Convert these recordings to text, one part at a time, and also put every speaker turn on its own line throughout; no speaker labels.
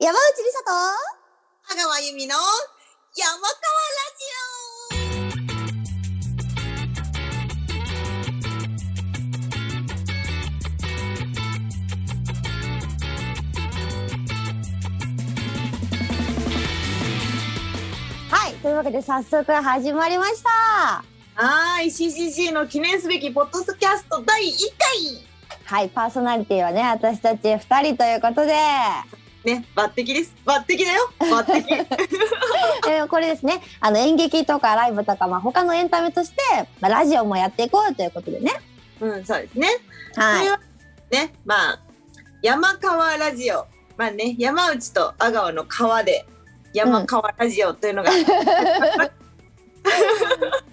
山内梨沙と阿川由美の山川ラジオはい、というわけで早速始まりました
はーい、CCC の記念すべきポッドキャスト第1
はい、パーソナリティはね、私たち二人ということで、
回ね、抜擢です。抜擢だよ 抜擢
えーこれですね、あの演劇とかライブとか、まあ、他のエンタメとして、まあ、ラジオもやっていこうということでね。
うん、そうですね。
は
と
い。
うわけでね、まあ、山川ラジオ。まあね、山内と阿川の川で、山川ラジオというのが、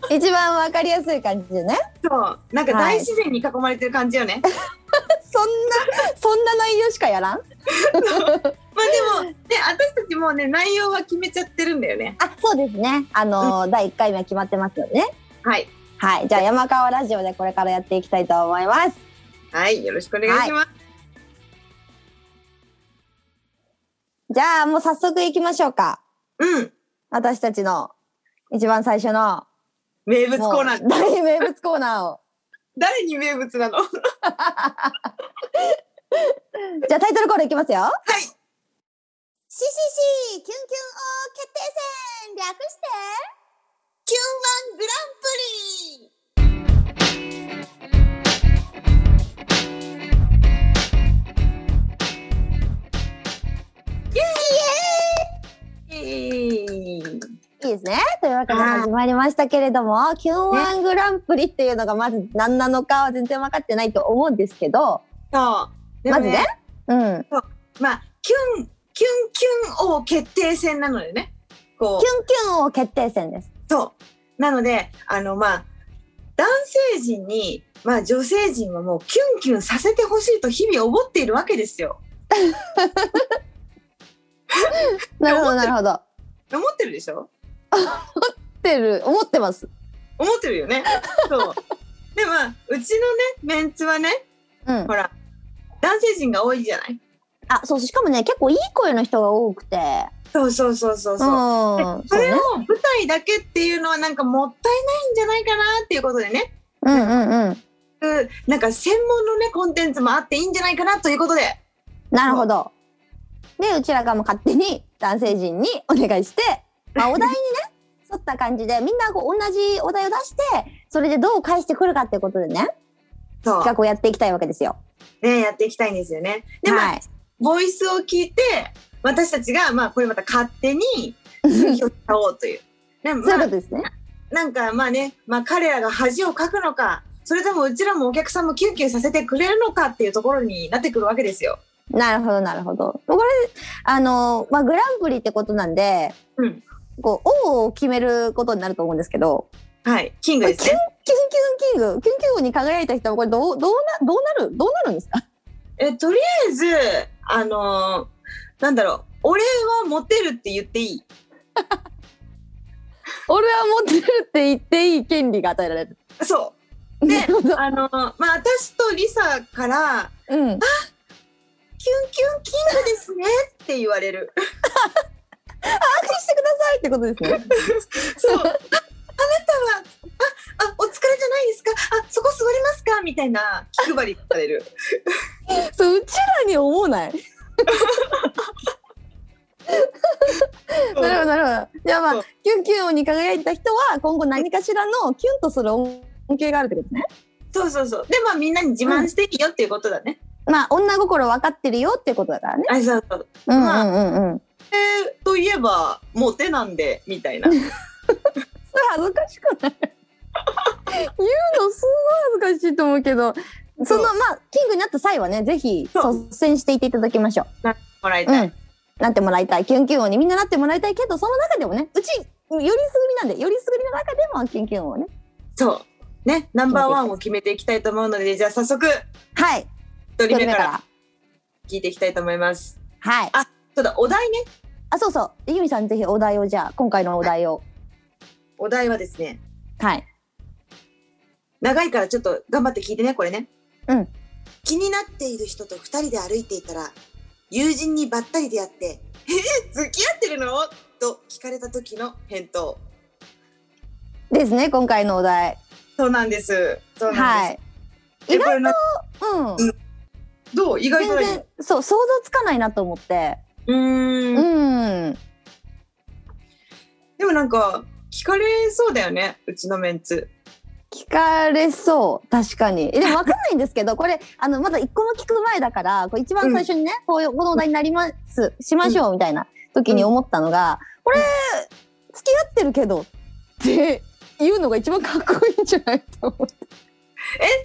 一番わかりやすい感じでね。
そう、なんか
はい
大自然に囲まれてる感じよね。
そんな、そんな内容しかやらん
まあでも、ね、私たちもうね、内容は決めちゃってるんだよね。
あ、そうですね。あのー、第1回目は決まってますよね。
はい。
はい。じゃあ、山川ラジオでこれからやっていきたいと思います。
はい、よろしくお願いします。
じゃあ、もう早速行きましょうか。
うん、
私たちの一番最初の、
名物
もう
コーナー。
大名物コーナーを。
誰に名物なの。
じゃあ、タイトルコールいきますよ。はい CCC キュンキュン王決定戦略して、
キュンワングランプリイエーイ
いいですね。というわけで
はい
始まりましたけれども、キュンワングランプリっていうのがまず何なのかは全然分かってないと思うんですけど、
そう。でも
まずね。うん。
まあ、キュン、キュンキュン王決定戦なのでね。こ
キュンキュン王決定戦です。
う、そう。なので、あの、まあ、男性陣に、まあ、女性陣はもうキュンキュンさせてほしいと日々思っているわけですよ。
なるほど、なるほど。思
思ってるでしょ
ってる、思ってます。
思ってる よね。そう。でまあうちのねメンツはね
うん
ほ。ら男性陣が多いじゃない。
あ、そう、しかもね、結構いい声の人が多くて。
そうそうそうそう
う
そう。
ん。
で
そ
そうれ
ね
を。舞台だけっていうのはなんかもったいないんじゃないかなっていうことでね。
うんうんうん。
うんなんか専門のねコンテンツもあっていいんじゃないかなということで。
なるほど。で、うちらがもう勝手に男性陣にお願いして、まあ、お題にね、沿った感じで、みんなこう同じお題を出して、それでどう返してくるかっていうことでね、
そ
企画をやっていきたいわけですよ。
う。ねやっていきたいんですよね。でまあ、
はい。
ボイスを聞いて私たちがまあこれまた勝手に準備を使おうという。
そ
ね
ういう
ま
こ
あ
とですね。
なんかまあね、まあ、彼らが恥をかくのかそれともうちらもお客さんもキュンキュンさせてくれるのかっていうところになってくるわけですよ。
なるほど、なるほど。これ、あの、まあ、グランプリってことなんで、
うん
こう、王を決めることになると思うんですけど、
はい、キングですね。
キュンキュンキング、キュンキュン王に輝いた人は、これどう、どうな、どうなる、どうなるんですか
えとりあえずあのーなんだろう俺はモテるって言っていい。
俺は持ってるって言っていい権利が与えられる。
そね
なるほど
う。あのーまあ私とリサから
うん。
「キュンキュンキングですね」って言われる。
握手してくださいってことですね。
そう。ああなたはああお疲れじゃないですかあそこ座りますかみたいな気配りがされ る。
そう、うちらに思わない。なるほど、なるほど。じゃあま
そ
あ
う、
キュンキュン王に輝いた人は、今後何かしらのキュンとする恩恵があるってことね。
そうそうそう。で、まあみんなに自慢していいよっていうことだね。
まあ、女心分かってるよってことだからね。
あ、そうそう。
うん
まあ
うんうんうん。
えーといえば、モテなんで、みたいな。
それ恥ずかしくない言うのすごい恥ずかしいと思うけど、そのまあ、キングになった際はね、ぜひ
そう
率先していていただきましょう。
もらいたい。
うん。なってもらいたい。キュンキュン王にみんななってもらいたいけど、その中でもね、うち、よりすぐりなんで、よりすぐりの中でもキュンキュン王をね。
そう。ね、ナンバーワンを決めていきたいと思うので、じゃあ早速、
はい。
一人目か
一
ら聞いていきたいと思います。
はい。
そうだ、お題ね。
あ、そうそう。でゆみさん、ぜひお題を、じゃあ、今回のお題を。
お題はですね、
はい。
長いからちょっと頑張って聞いてね、これね。
うん。
気になっている人と二人で歩いていたら、友人にばったり出会って「え付き合ってるの?」と聞かれた時の返答
ですね、今回のお題。
そうなんですそうなん
はい。
です、え
意
これ
外
な
と、
うんどう意外
全
とない
然、そう、想像つかないなと思って。
う
う
ーん
ん。
でもなんか聞かれそうだよねうちのメンツ
聞かれそう確かにえでも分かんないんですけどこれあのまだ一個も聞く前だからこれ一番最初にね、こういうこのお題になりますしましょうみたいな時に思ったのが、これ付き合ってるけどって言うのが一番かっこいいんじゃないと思って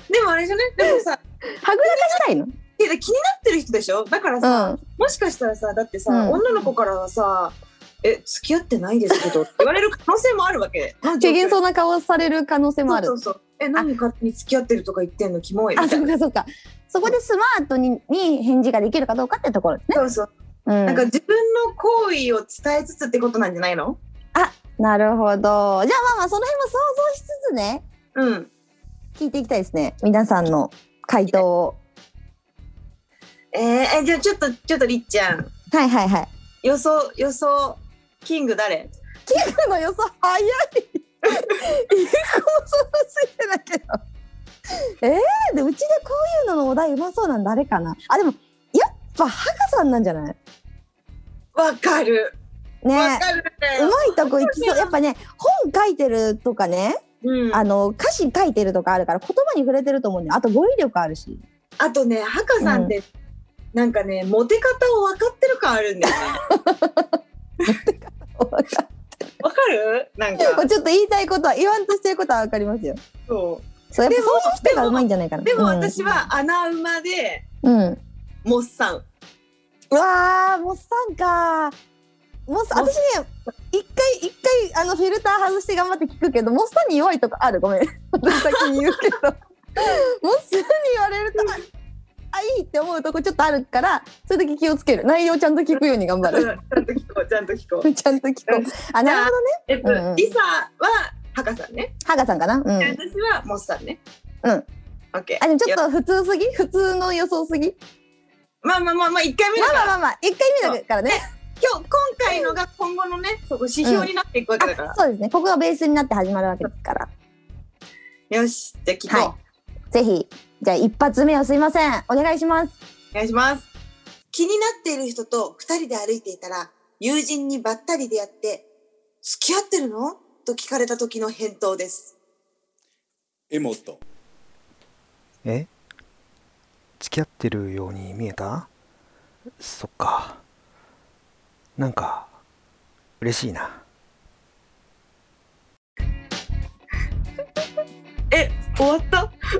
えでもあれじゃねでもさ
はぐらかしたいの
いや気になってる人でしょだからさ、
う
もしかしたらさだってさ、
うん
女の子からはさ「え付き合ってないですけど」って言われる可能性もある わけ
ん機嫌そううな顔される可能性もある
そうそうそうえ何勝手に付き合ってるとか言ってんのキモいみ
あ
たい
そう
な
かそうかそこでスマートにに返事ができるかどうかってところですね、
そうそう、
うん、
なんか自分の行為を伝えつつってことなんじゃないの
なるほどじゃあまあまあその辺も想像しつつね
うん
聞いていきたいですね皆さんの回答を
えーえじゃあちょっとちょっとりっちゃん
はいはいはい
予想予想キング誰
キングの予想早い一個も想像ついてないけどえー、でうちでこういうののお題うまそうなん誰かなあでもやっぱハカさんなんじゃない
わかる
ね
わ、かる
うまいとこいきそうやっぱね本書いてるとかね
うん、
あ
あ
の歌詞書いてるとかあるから言葉に触れてると思うんであと語彙力あるし
とねハカさんって、なんかねモテ方を分かってる感あるんだよね わかるなんか
もうちょっと言いたいことは言わんとしてることは分かりますよ
そう
そうやっぱ
でも
そういう人がうまいんじゃないかな
でも
うん
私は穴馬で
うん
モッサン。
うわーモスさんかモス
モス
私ね一回一回あのフィルター外して頑張って聞くけどモスさんに弱いとこあるごめん私先に言うけどモスさんに言われるとああいいって思うとこちょっとあるからそういう時気をつける内容ちゃんと聞くように頑張
ち
る
ゃんと聞こう、ちゃんと聞こう。
ちゃんと聞こうあなるほどね
えっと、
うんうん
リサはハカさんね。
ハガさんかなうん
私はモッサンね。
うん
オッケー。
あでもちょっ
いや
と普通すぎ普通の予想すぎ
まあまあまあまあ一回目
ま
だ
あ
から、
まあまあまあ一回目だからね
今日今回のが今後のね、そこ指標になっていくわけだから
あ。そうですねここがベースになって始まるわけですから
よし、じゃあ聞こう。
はぜひじゃあ一発目をすいませんお願いします
お願いします。気になっている人と二人で歩いていたら、友人にばったり出会って、付き合ってるのと聞かれた時の返答です。
エモット
え付き合ってるように見えたそっかなんか嬉しいな
え、終わった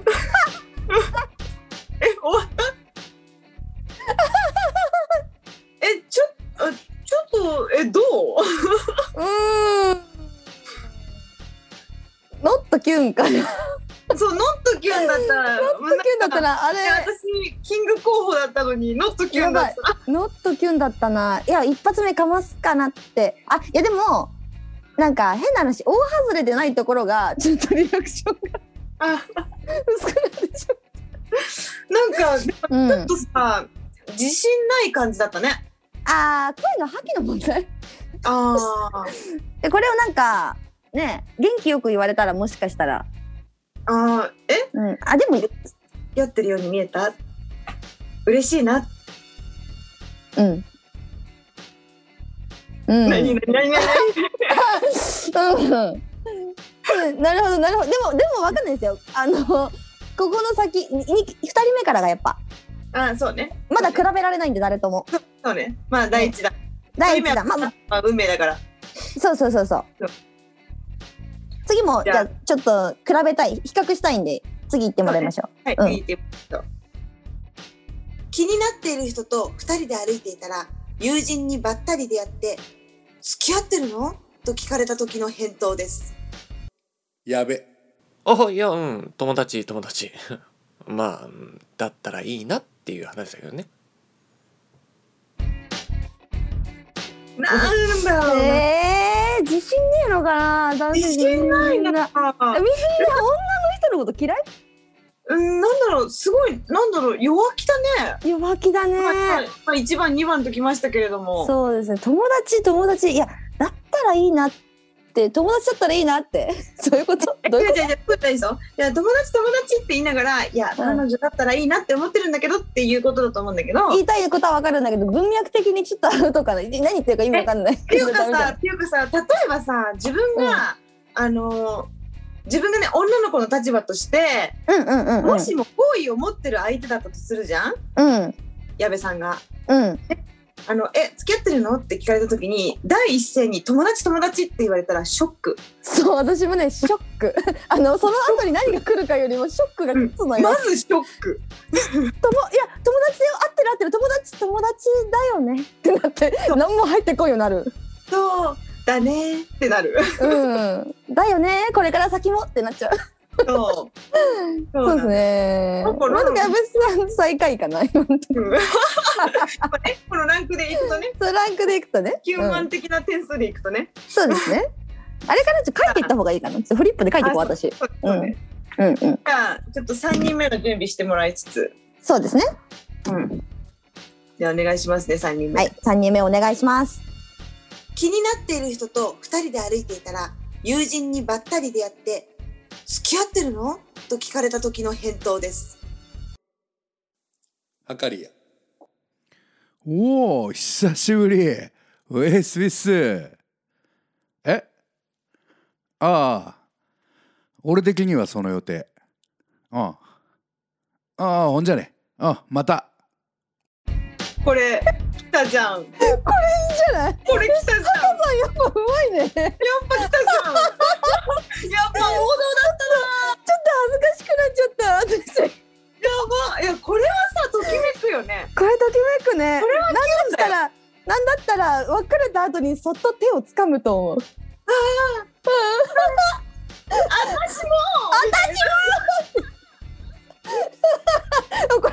え、終わった え、ちょ、あちょっと、え、どう
うーん。ノットキュンかな。ノッ
そう、ノットキュンだった ら。ノ
トキュンだったら、あれ、
私、キング候補だったのに、ノットキュンだった。
ノットキュンだったな。いや、一発目かますかなって。あ、いや、でも、なんか変な話、大外れでないところが、ちょっとリアクションが
あ
薄くなってしま
なんか、
う。
ち
う
ょっ
ん。
とさ、自信ない感じだったね。
あー、声の覇気の問題
ああ。
で、これをなんか、ね、元気よく言われたら、もしかしたら。
ああ、え、
うん。あ、でも、
やってるように見えた。嬉しいな。
うん。うん。
何、何、何、何。
うん、なるほどなるほどでもでも分かんないですよあのここの先にに2人目からがやっぱ
あ、そうね。
まだ比べられないんで誰とも
そうね。まあ、第一だ。
第一弾まあま
ま
あ
あ、運命だから。
そうそうそうそう
そう
次も
じ
じ
ゃ
ゃ
あ
あちょっと比べたい比較したいんで次行ってもらいましょ
はい、
うん
聞いてみましょう気になっている人と2人で歩いていたら友人にばったり出会って「付き合ってるの?」と聞かれた時の返答です
やべ
あいやうん友達友達 まあうんだったらいいなっていう話だけどね
なんだ
う、
ろうな、
えー、自信ねえのかな男性
自信ない
みんなみん
な
な女の人のこと嫌い
うん、なんだろう、すごい、なんだろう、弱気だね。
弱気だね、
はいはいまあ、1番、2番ときましたけれども。
そうですね友達友達いやだったらいいなって友達だったらいいなって そういうこと
え
どういう
違
こ
う違う違う、そうじゃないですよ。いや、友達友達って言いながら、いや、彼女だったらいいなって思ってるんだけどっていうことだと思うんだけど
と。言いたいことはわかるんだけど文脈的にちょっとアウトかな何言ってるか意味わかんない
っていうか
ダメだ
さ、っていうかさ、例えばさ、自分が、あの、自分がね、女の子の立場として、
うんうんうんうん
もしも好意を持ってる相手だったとするじゃん
うん
矢部さんが。
うん
あの、え、付き合ってるのって聞かれた時に、第一声に友達友達って言われたらショック。
そう私もねショック あのその後に何が来るかよりもショックが来つのよ、
まずショック。
ともいや友達よ合ってる合ってる友達友達だよねってなって何も入ってこいよなる
そう、だねーって なる。
うんだよねこれから先もってなっちゃう
そう。そ
そう
う
です
なの
ね
だから
今のとこ矢部さん最下位かな今のとこ
うんやっぱね このランクでいくとね、
そうランクでいくとね、
9
う
万
ん
的な点数でいくとね。
そうですねあれからちょっと書いていった方がいいかなちょっとフリップで書いていこう
あ
私
そうそうね。
うんうん
じゃあちょっと3人目の準備してもらいつつ、
そうですね
うん。じゃあお願いしますね、3人目。
はい三人目お願いします
気になっている人と2人で歩いていたら、友人にばったり出会って、付き合ってるのと聞かれた時の返答です。
はかりや
おお久しぶりウェイスミスえああ俺的にはその予定うんああほんじゃねうんまた
これ、来たじゃん。
じゃない
これ来たじゃん。
やっぱうまいねちょっと
やっぱ来たじゃん。やっぱ王道だったな。
恥ずかしくなっちゃった私
やばい。いや、これはさ、ときめくよね。
これときめくね
これ
なんだったらなんだったら別れた後にそっと手を掴むと思う
私も
これも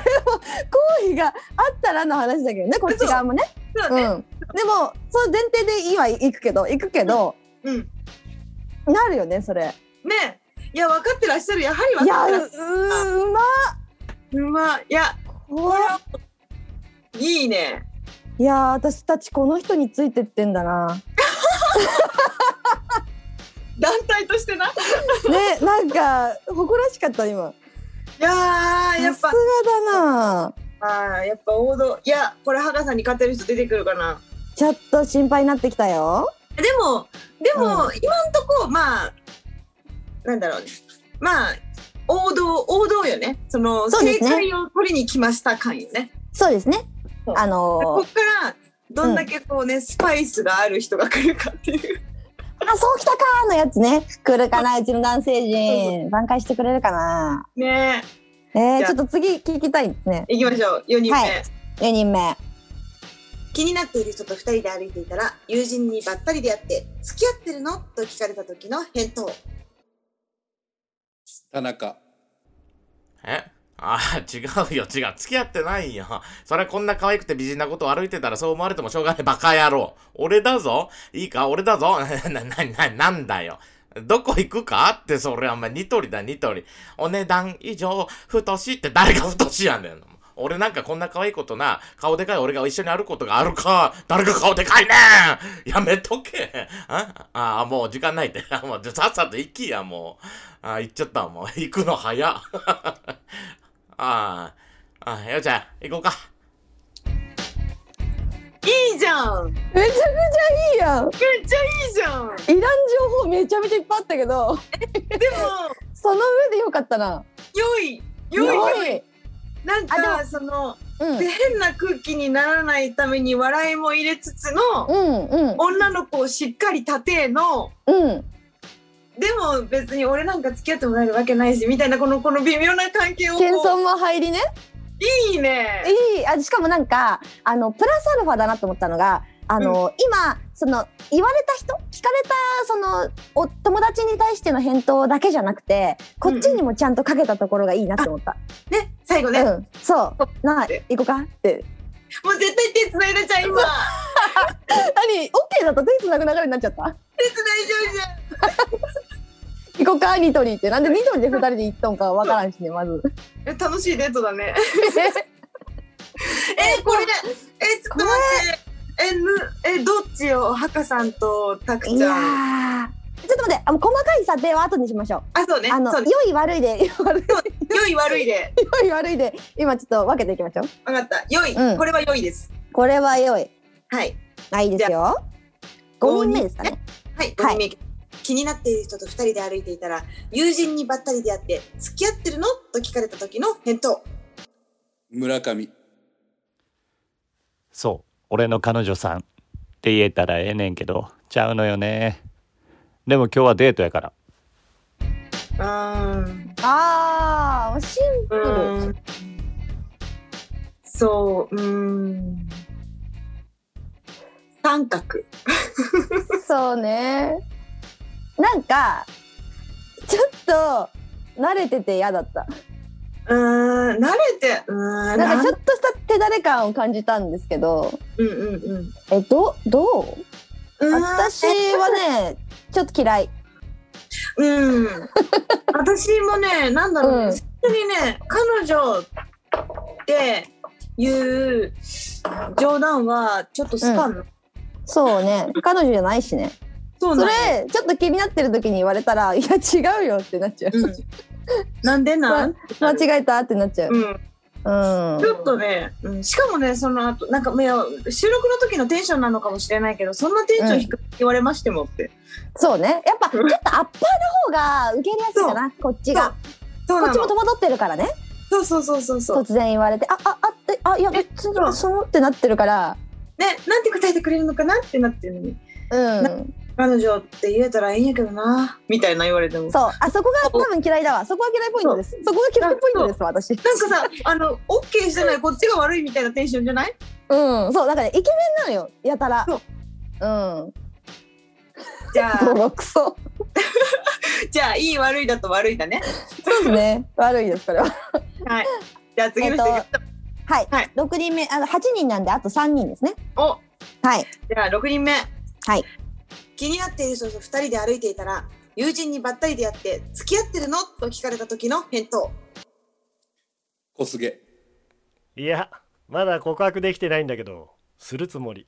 好意があったらの話だけどねこっち側もね
そう
う
ね、
んでもその前提で今行くけど行くけど
うん、
なるよねそれ
ねいや分かってらっしゃるやはり分
い
かっ
や
て
う
らっし
ううま
ゃるうまいいや
怖い
いいね
いやー私たちこの人についてってんだな
団体としてな
ねなんか誇らしかった今
いやーや
さ
っ
すがだ
ぱ
な
あーやっぱ王道いやこれハガさんに勝てる人出てくるかな
ちょっと心配になってきたよ
でもでも、今んとこまあなんだろうねまあ王道王道よねその
そうです
正
ね
解を取りに来ました感よ ね
そうですね
そう
あ
こ
の
っからどんだけこうね、スパイスがある人が来るかっていう
ー、あそうきたかーのやつね来るかなうちの男性陣挽回してくれるかな
ね
え
じ
ー、
ゃあ
ちょっと次聞きたいですね
いきましょう4人目、
はい4人目
気になっている人と2人で歩いていたら友人にばったり出会って「付き合ってるの?」と聞かれた時の返答
田中
え ああ、違うよ、違う。付き合ってないよ。それこんな可愛くて美人なことを歩いてたらそう思われてもしょうがない。バカ野郎。俺だぞいいか俺だぞ な、な、な、なんだよ。どこ行くかって、それはお前ニトリだ、ニトリ。お値段以上、太しって誰が太しやねん。俺なんかこんな可愛いことな、顔でかい俺が一緒に歩くことがあるか。誰が顔でかいねんやめとけ。ああー、もう時間ないって。もうさっさと行きや、もう。あー行っちゃったわ、もう。行くの早っ。 ああ、ああ、よちゃん、行こうか。
いいじゃんめっ
めちゃくちゃいいやん
ちゃいいじゃん
いらん情報めちゃめちゃいっぱいあったけど
でも
その上でよかったな
良い良い良いなん
あ
かその
うん
で変な空気にならないために笑いも入れつつの
うんうん
女の子をしっかり立ての
うん
でも別に俺なんか付き合ってもらえるわけないしみたいなこのこの微妙な関係をこ
謙遜
う
も入りね
いいね
いいあしかもなんかあのプラスアルファだなと思ったのがあの、今その言われた人聞かれたそのお友達に対しての返答だけじゃなくてこっちにもちゃんとかけたところがいいなと思った、
ね最後
うん
ね、もう
そうなあ
で
行こうかって
絶対手繋いだじゃん今
何 OK だった手つなぐ流れになっちゃった
手繋いじゃんじゃん
行こう行こうかニトリってなんでニトリで二人で行っとんかわからんしねま ず
え楽しいデートだね
え
えこれえちょっと待ってえぬえどっちよハカさんとタク
い
ちゃん
やーちょっと待ってあの細かい査定は後にしましょう
あそうね
あの
そうね
良い悪いで 悪い
良い悪いで
良い悪いで今ちょっと分けていきましょう
分かった良い、
うん
これは良いです
これは良い
はい
あいいですよ五人目ですかね
はい、
はい
ごめん気になっている人と2人で歩いていたら友人にばったり出会って「付き合ってるの?」と聞かれた時の返答
村上
そう俺の彼女さんって言えたらええねんけどちゃうのよねでも今日はデートやから
うん
あーシンプル
そううん三角
そうねなんかちょっと慣れてて嫌だった
うん慣れてうん
なんかちょっとした手だれ感を感じたんですけど
うんうんうん
えどどう
うん
私はねちょっと嫌い
うん私もねなんだろう、
うん
普通にね彼女っていう冗談はちょっと好かんの、
そうね彼女じゃないしね
そう
そ
なんや
れちょっと気になってる時に言われたら いや違うよってなっちゃう、
うんなんでなん、
間違えたってなっちゃう
うん、
うん
ちょっとね、うん、しかもねその後なんかいや収録の時のテンションなのかもしれないけどそんなテンション低く言われましてもって、
そうねやっぱちょっとアッパーの方が受け入れやすいかなこっちが
そう
こっ
な
ちも
の
戸惑ってるからね
そうそうそうそうそう
突然言われてあああってあいや別
そう
にそのってなってるから
ねなんて答えてくれるのかなってなってるのに
うん
彼女って言えたらいいんやけどなみたいな言われても
そうあそこが多分嫌いだわそこは嫌いポイントですそこが嫌いポイントですわ私
なんかさあの OK してないこっちが悪いみたいなテンションじゃない
うんそうなんかねイケメンなのよやたら
そう
うん
じゃあ
泥臭
じゃあいい悪いだと悪いだね
そうですね悪いですこれは
はいじゃあ次の人
えっと
行きまし
はい、
はい
六人目あの八人なんであと三人ですね
ょうお
はい
じゃあ6人目
はい
気になっている人と2人で歩いていたら友人にばったり出会って「付き合ってるの?」と聞かれた時の返答
小菅
いやまだ告白できてないんだけどするつもり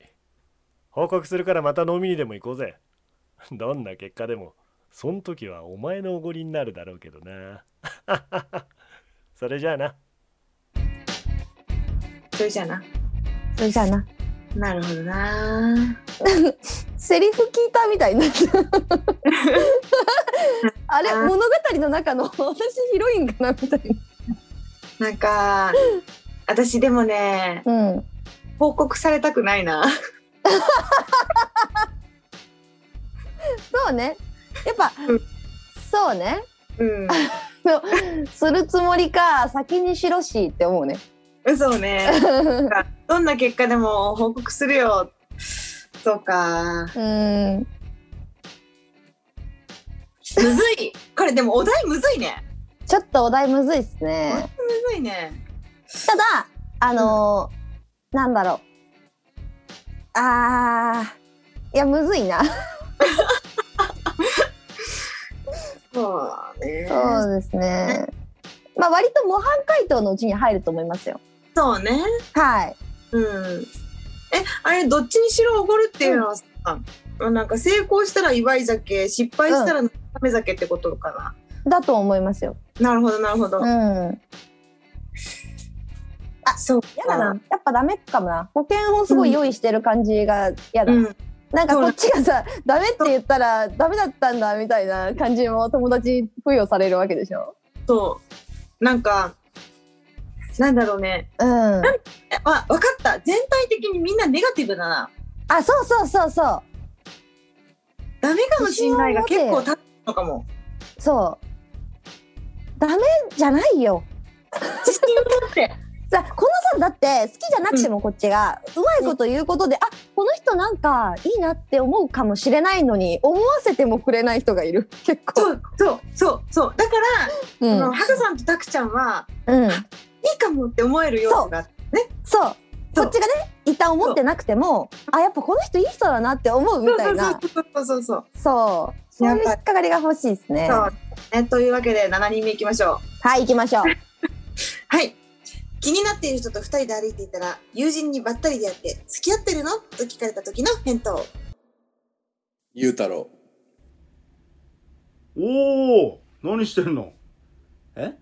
報告するからまた飲みにでも行こうぜ どんな結果でもそん時はお前のおごりになるだろうけどな それじゃあな
それじゃあな
それじゃあな
なるほどな
セリフ聞いたみたいになった あれ
あー
物語の中の私ヒロインかなみたい
なんか私でもね
なうん
報告されたくないな
そうねやっぱ、
うん
そうね
うん
するつもりか先にしろしって思うね
嘘ねどんな結果でも報告するよそうか
うん
むずいこれでもお題むずいね
ちょっとお題むずいっすね
むずいね
ただあのーなんだろうあーいやむずいな
そうね
そうですねまあ割と模範解答のうちに入ると思いますよ
そうね
はい
うんえあれどっちにしろおごるっていうのはさ、なんか成功したら祝い酒失敗したらダメ酒ってことかな、
だと思いますよ
なるほどなるほど、
うん
あそう
やだなやっぱダメかもな保険をすごい用意してる感じがやだ、
うん
なんかこっちがさダメって言ったらダメだったんだみたいな感じも友達に付与されるわけでしょ
そうなんかなんだろうね
うん
えあ分かった全体的にみんなネガティブだな
あそうそうそうそう
ダメかもしれないが
自信
結
を
構
持て
立つのかも
そうダメじゃないよ
自信を持って
さこのさだって好きじゃなくてもこっちが、うまいこと言うことで、あこの人なんかいいなって思うかもしれないのに思わせてもくれない人がいる 結構
そうそうそうそうだから、
う
そ
ん
の、ハグさんとタクちゃんは
うん、
いいかもって思える要素が
そう
そ
こ
う
っちがね一旦思ってなくてもあやっぱこの人いい人だなって思うみたいな
そうそうそうそうそうそう
そうそそういう引っかかりが欲しいですね。
そうえというわけで7人目いきましょう
はい、行きましょう。
はい気になっている人と2人で歩いていたら友人にばったり出会って「付き合ってるの?」と聞かれた時の返答
ゆうたろ
おお何してるのえ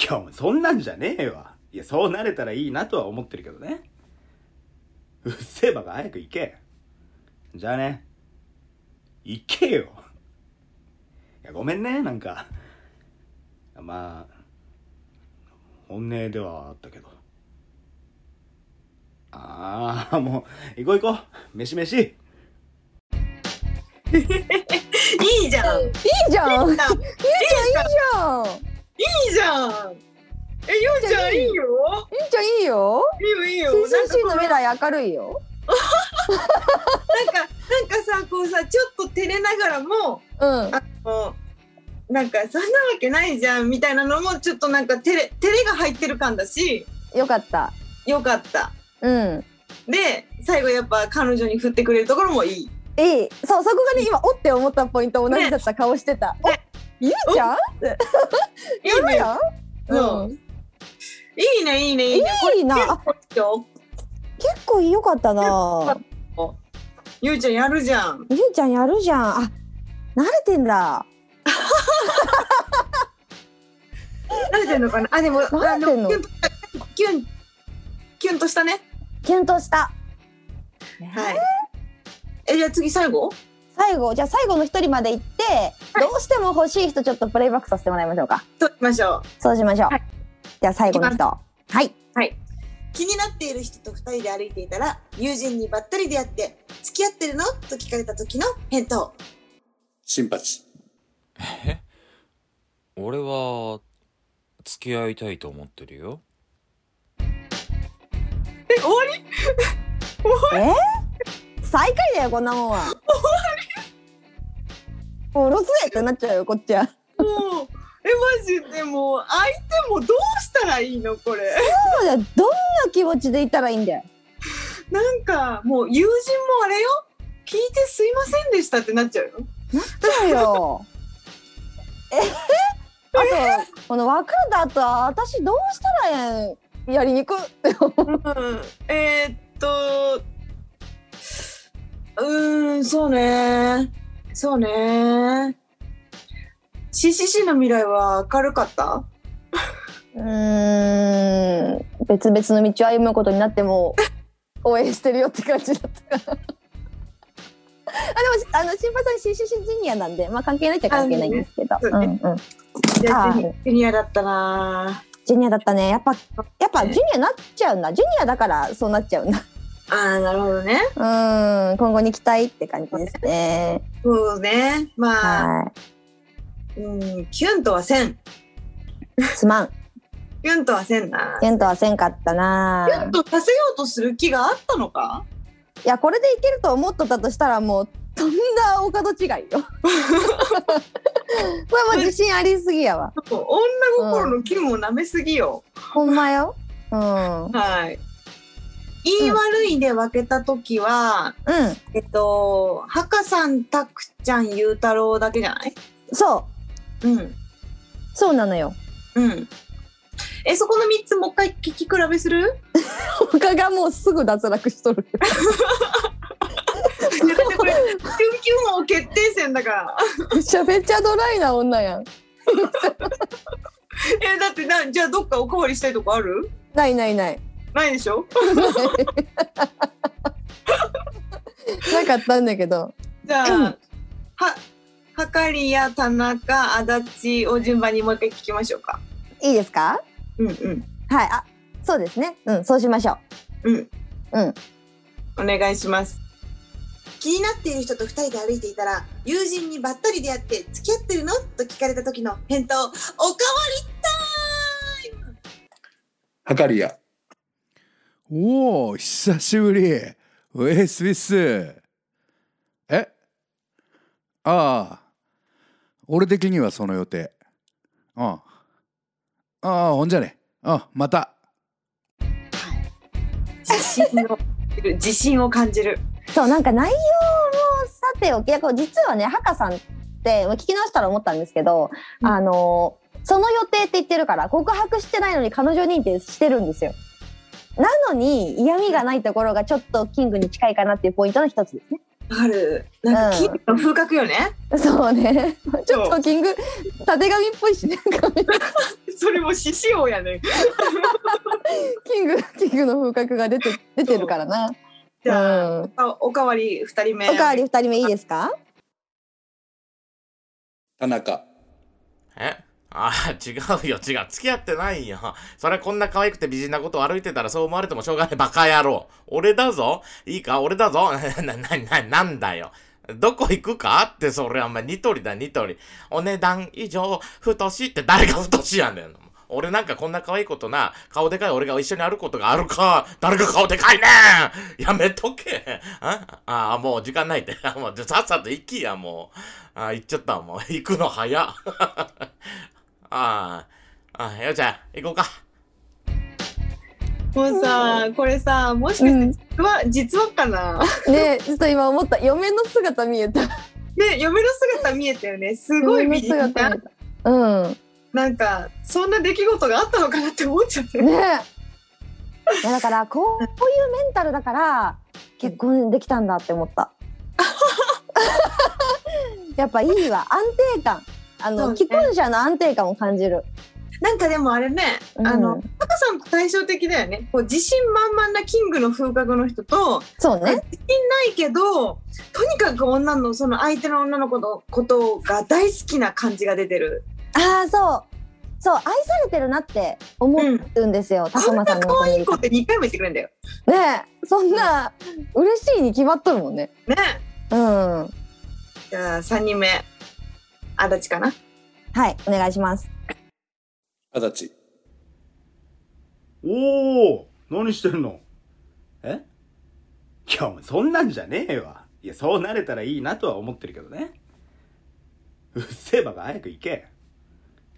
いや、お前そんなんじゃねえわ。いや、そうなれたらいいなとは思ってるけどね。うっせえバカ早く行け。じゃあね。行けよ。いや、ごめんね、なんか。まあ、本音ではあったけど。ああ、もう、行こう行こう。飯飯。
い
いいじゃんいい
いじゃん。いいじゃん。
じゃんえゆうちゃんいい
い
よ
いじゃん、いいよ。
いいよいいよ
新
な
進
んかこ
心
の
の未来明るいよ。
なんかなんかさこうさちょっと照れながらも
うん。
あのなんかそんなわけないじゃんみたいなのもちょっとなんか照れ照れが入ってる感だし
よかった。
よかった
うん。
で最後やっぱ彼女に振ってくれるところもいい
いい。そう、そこがね、今、おって思ったポイント同じだった顔してた。おゆうちゃん
いい
やる
ね
やん
うんいいねいいねいいね
いいな
結構いいよ
結構良かったな。
ゆうちゃんやるじゃん
ゆうちゃんやるじゃん。あ、慣れてんだ。
慣れてんのかなあでもあ
慣れてんの
キュンとしたキュンキュンとしたね
キュンとした。
はいえじゃあ次最後
最後、じゃあ最後の一人まで行って、どうしても欲しい人ちょっとプレイバックさせてもらいましょうか。
ときましょう
そうしましょう。
はい
じゃあ最後の人。はい。
気になっている人と2人で歩いていたら友人にばったり出会って「付き合ってるの?」と聞かれた時の返答
シンパチ
俺は付き合いたいと思ってるよ
え終わり
え最下位だよ、こんなもん は。おろせってなっちゃうよ、こっちは。
もうえマジでもう相手もどうしたらいいのこれ
そうだよ、どんな気持ちでいたらいいんだよ。
なんかもう友人もあれよ聞いてすいませんでしたってなっちゃうよ
そうよ。え あと、この別れた後は、私どうしたらええんやりにくっ
うんえー、っとうーんそうねそうね CCC の未来は明るかった
うーん別々の道を歩むことになっても応援してるよって感じだったからあでもあの新発さん CCC ジュニアなんで、まあ、関係ないっちゃ関係ないんですけど、
そう
うん
ね
うん、
じゃあ
あ
ジュニジュニアだったな
ジュニアだったねやっぱやっぱジュニアなっちゃうなジュニアだからそうなっちゃうな
ああなるほどね
うーん今後に期待って感じですね
そうねまあ、
は
うんキュンとはせん
いすまん
キュンとはせんな
テントはせんかった
キュ
な
ンとさせようとする気があったのか
いやこれでいけると思っとったとしたらもうとんだお門違いよ これはもう自信ありすぎやわ
女心のキュンを舐めすぎよ、
ほんまよ。うん。うん。
はい言い悪いで分けた時は、えっとハカさんタクちゃんゆうたろうだけじゃない
そう。
うん
そうなのよ。
うんえそこの3つもう一回聞き比べする
他がもうすぐ脱落しとる。
だってこれキュンキュン王決定戦だから
めちゃめちゃドライな女やん。
えだってなじゃあどっかおかわりしたいとこある
ないないない。
ないでしょ
なかったんだけど。
じゃあ、
うん
ははかりや田中足立を順番にもう一回聞きましょうか
いいですか
うんうん
はい。あ、そうですね。うん、そうしましょ
うん
うん
お願いします気になっている人と2人で歩いていたら友人にばったり出会って付き合ってるのと聞かれた時の返答おかわりタイム
はかりや
おお久しぶりウェイスウィスえああ俺的にはその予定うんああほんじゃねうんまた
自信を自信を感じる
う。そう、なんか内容もさ、さておき、いやこれ実はね、ハカさんって、まあ聞き直したら思ったんですけど、あの、その予定って言ってるから、告白してないのに彼女認定してるんですよ。なのに、嫌味がないところがちょっとキングに近いかなっていうポイントの一つですね。
ある。なんか、キングの風格よね。
そうね。ちょっとキング、たてがみっぽいしね。
それも獅子王やね。
キング、キングの風格が出て、出てるからな。
じ
ゃ
あ、おかわり二人目。
おかわり二人目いいですか
田中
え ああ、違うよ、違う。付き合ってないよ。それこんな可愛くて美人なことを歩いてたらそう思われてもしょうがない。バカ野郎。俺だぞ。いいか、俺だぞ。 な、な、な、なんだよ。どこ行くかって、それ、お前、ニトリだ、ニトリ。お値段以上、太しって誰が太しやねん。俺なんかこんな可愛いことな、顔でかい俺が一緒に歩くことがあるか、誰が顔でかいねんやめとけあああ、もう時間ないって。 もうじゃさっさと行きや、もう。ああ、行っちゃった、もう。行くの早っ。 ああ、ああ、よっちゃん、行こうか。
もうさ、これさ、もしかして実は、実はかな。
ねえちょっと今思った。嫁の姿見えた。
で、嫁の姿見えたよね。すごい美人
嫁の
な
姿見。うん。
なんか、そんな出来事があったのかなって思っちゃって。
ねえ。いやだから、こうこういうメンタルだから、結婚できたんだって思 った。やっぱいいわ。安定感。あ
そう
の、
ね
既婚者の安定感を感じる。
なんかでもあれね、
うん
あの、タカさんと対照的だよね。こう自信満々なキングの風格の人と、
そうね。
自信ないけど、とにかく女の、その相手の女の子のことが大好きな感じが出てる。
ああ、そう。そう、愛されてるなって思うんですよ。たこまさんのこと
可愛
に
い。子って2回も言ってくれんだよ。
ねえ、そんな、嬉しいに決まっとるもんね。
ね。
うん。は
じゃあ、3人目。足立かな。
い、お願いします。
二十歳
おお何してんのえいや、お前そんなんじゃねえわ。いや、そうなれたらいいなとは思ってるけどね。うっせえばか早く行け。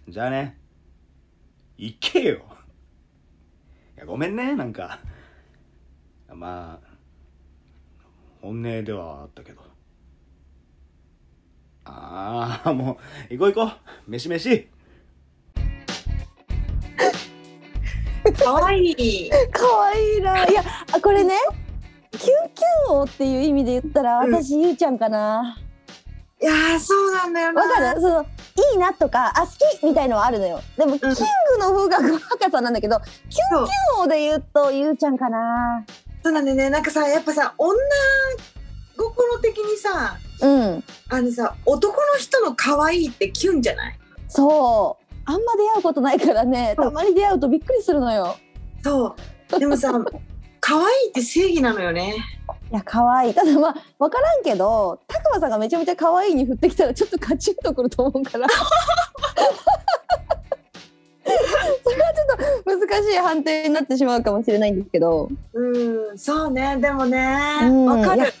じゃあね。行けよ。いや、ごめんね、なんか。まあ、本音ではあったけど。ああ、もう、行こう行こう。飯飯。
可愛い。
可愛いな。いや、あこれね、キュンキュン王っていう意味で言ったら、私、ゆうちゃんかな。
いやー、そうなんだよな。
わかるその、いいなとか、あ、好きみたいのはあるのよ。でも、キングの風格は博さんなんだけど、キュンキュン王で言うと、ゆうちゃんかな。
そうなんだよね。なんかさ、やっぱさ、女心的にさ、
うん。
あのさ、男の人の可愛いってキュンじゃない
そう。あんま出会うことないからね、たまに出会うとびっくりするのよ。
そう。でもさ、可愛いって正義なのよね。
いや、可愛い。ただまあ、わからんけど、たくまさんがめちゃめちゃ可愛いに振ってきたら、ちょっとカチンとくると思うから。 それはちょっと難しい判定になってしまうかもしれないんですけど、
うん、そうね。でもね、
うん
わか
いや
る。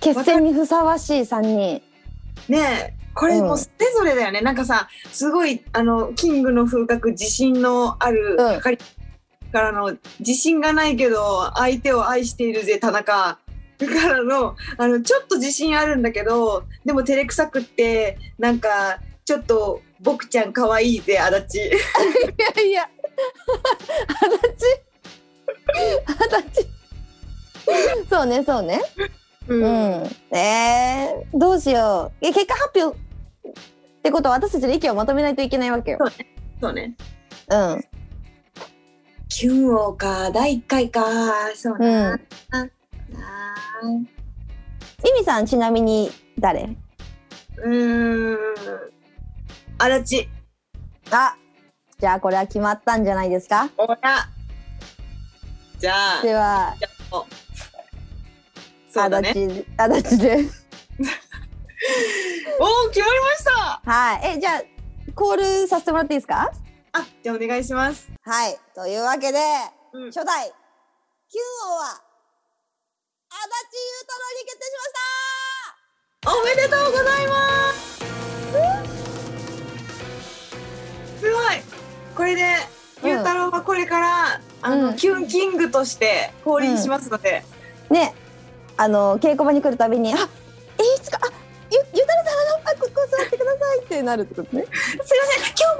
決戦にふさわしい3人。
ねえこれもうそれぞれだよね。なんかさ、すごい、あの、キングの風格、自信のある、
うん
はかりからの、自信がないけど、相手を愛しているぜ、田中。からの、あの、ちょっと自信あるんだけど、でも照れくさくって、なんか、ちょっと、僕ちゃん可愛いぜ、足立。
いやい や、足立。足立。そうね、そうね。
うん
うん。えー、どうしよう。いや結果発表ってことは私たちの意見をまとめないといけないわけよ。
そうね。
うん。
キュン王か、第1回か。そう
う
ね。
ん。ミミさんちなみに誰
うーん。あらち。
あじゃあこれは決まったんじゃないですか
おら。じゃあ。
では、
そうだね。
足立足立です。
おお、決まりました。
はい。え、じゃあ、コールさせてもらっていいですか
あ、じゃあお願いします。
はい。というわけで、初代、キュン王は、足立優太郎に決定し
おめでとうございます。すごい。これで、ゆうたろうはこれから、あの、キュンキングとして降臨しますので。
ましたね、あの、稽古場に来るたびに、あいいってなるってことね。
すいません今日も今日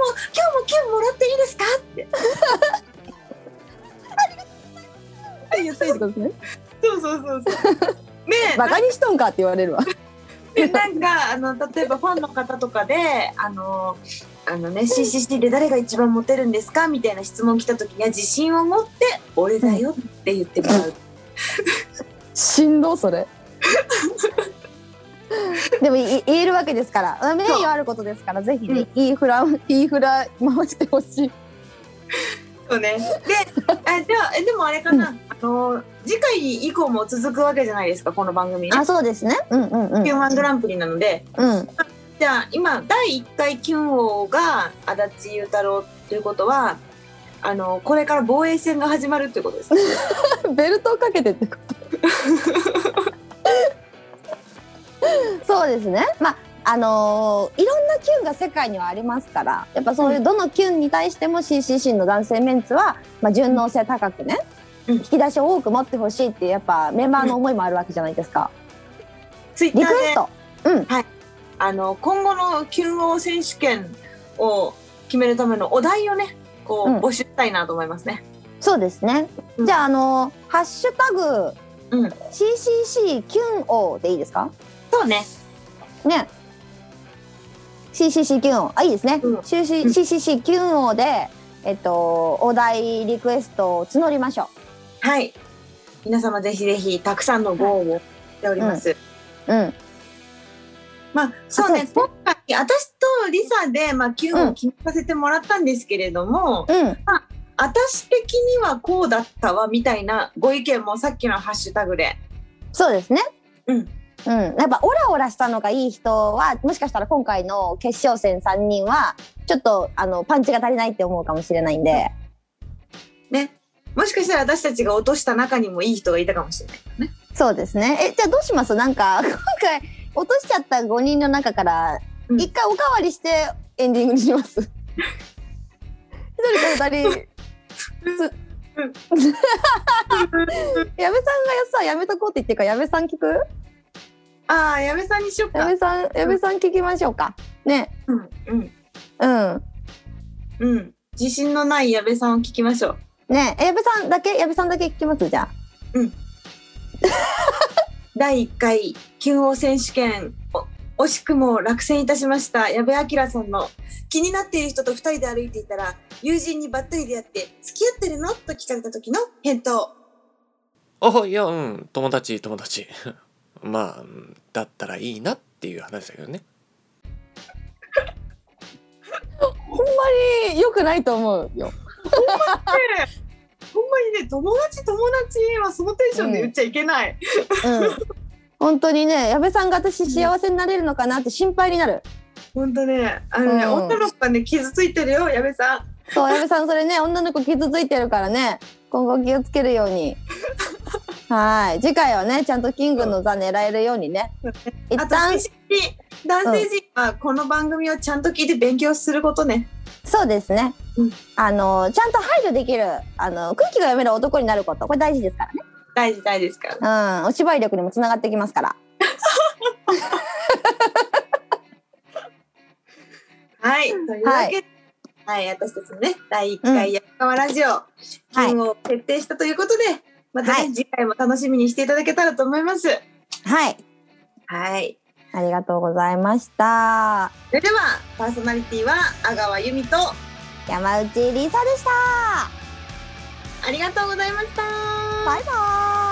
もキュンもらっていいですかって
って言っていいってことね。
そうそうそうそうねえ
バカにしとんかって言われる わ。
でなんかあの例えばファンの方とかであのあのね CCC で誰が一番モテるんですかみたいな質問来た時には自信を持って俺だよって言ってもらう。
しんど それ。でもい言えるわけですから、名誉あることですから、ぜ ひね、いいフラいいフラ回してほしい。
そうね。で、あじゃあえでもあれかな、あの次回以降も続くわけじゃないですかこの番組ね。
あ、そうですね。うんうんうん。
ヒューマングランプリなので、
うん。
じゃあ今第1回キュン王が足立裕太郎ということはあのこれから防衛戦が始まるということですか
ベルトをかけてってこと そうですねまああのーいろんなキュンが世界にはありますからやっぱそういうどのキュンに対しても CCC の男性メンツは、まあ、順応性高くね、
うん
引き出しを多く持ってほしいっていうやっぱメンバーの思いもあるわけじゃないですか、
ツイッター
リク
で
エストうん
あの今後のキュン王選手権を決めるためのお題をねこう
うん
募集したいなと思いますね。
そうですね、
うん
じゃああのーハッシュタグ、
うん
CCC キュン王でいいですか
そうね
ね。CCC キュン王。あ、いいですね。
うん
CC CCC キュン王で、えっと、お題リクエストを募りましょ
はい皆様ぜひぜひたくさんのご応募しております。
う。うん。
まあそうね
あそ
今回私とリサで、まあ、キュンを決めさせてもらったんですけれども、
うん。
私的にはこうだったわみたいなご意見もさっきのハッシュタグで
そうですね。
うん。
うん。やっぱ、オラオラしたのがいい人は、もしかしたら今回の決勝戦3人は、ちょっと、あの、パンチが足りないって思うかもしれないんで。
ねもしかしたら私たちが落とした中にもいい人がいたかもしれない
そうですね。え、じゃあどうしますなんか、 今回、落としちゃった5人の中から、
うん
一回おかわりしてエンディングにします。 一人か二人。つ矢部さんがさ、やめとこうって言ってるから、矢部さん聞く
ああ矢部さんにしよっ
矢
か
部さん、矢部さん聞きましょうか。ね。
うんうん
うん。
うん自信のない矢部さんを聞きましょう
ねえ矢部さんだけ矢部さんだけ聞きますじゃあ。
第1回金王選手権お惜しくも落選いたしました矢部明さんの気になっている人と2人で歩いていたら友人にばったり出会って付き合ってるのと聞かれた時の返答
あいやうん友達友達 まあうんだったらいいなっていう話だけどね
ほんまに良くないと思うよ。
ほんまにね友達友達はそのテンションで言っちゃいけない、
うん。本当にね、矢部さんが私幸せになれるのかなって心配になる。
ほんとね、あのね、
うん
女の子がね、傷ついてるよ、矢部さん。
そう、矢部さん、それね、女の子傷ついてるからね、今後気をつけるよう に。はい、次回はね、ちゃんとキングの座狙えるようにね。一
あと、
旦
男、性陣、男性陣はこの番組をちゃんと聞いて勉強することね。
そうですね
うん。
あの、ちゃんと配慮できる、あの、空気が読める男になること、これ大事ですか
大事、大事ですから。
らね。うん、お芝居力にもつながってきますから。
はい、というわけで、はい、私たちのね、第1回矢川ラジオ、
い
金を決定したということで、またね、
はい
次回も楽しみにしていただけたらと思います。
はい、
はい。
ありがとうございました。
それでは、パーソナリティは、阿川由美と、
山内りさでした。
ありがとうございました。
バイバーイ。